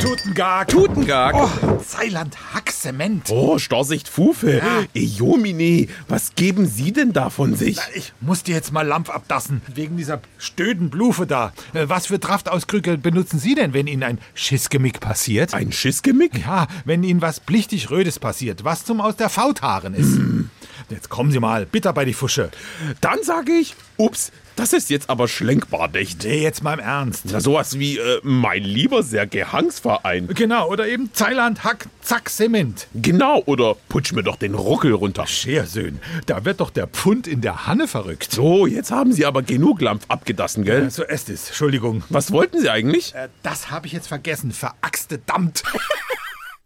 Tutengag. Tutengag. Oh, Zeiland Hacksement. Oh, Storsicht Fufe. Ja. Ejomine, was geben Sie denn da von sich? Ich muss dir jetzt mal Lampf ablassen, wegen dieser stöden Blufe da. Äh, Was für Kraftauskrüge benutzen Sie denn, wenn Ihnen ein Schissgemick passiert? Ein Schissgemick? Ja, wenn Ihnen was blichtig Rödes passiert, was zum aus der Faut haaren ist. Jetzt kommen Sie mal, bitter bei die Fusche. Dann sage ich, ups, das ist jetzt aber schlenkbar dicht. Nee, jetzt mal im Ernst. Na, sowas wie, äh, mein lieber sehr Gehangsverein. Genau, oder eben Zeiland Hack Zack Zement. Genau, oder putsch mir doch den Ruckel runter. Schersöhn, da wird doch der Pfund in der Hanne verrückt. So, jetzt haben Sie aber genug Lampf abgedassen, gell? So ist es, Entschuldigung. Was wollten Sie eigentlich? Äh, Das habe ich jetzt vergessen, verachste Dammt.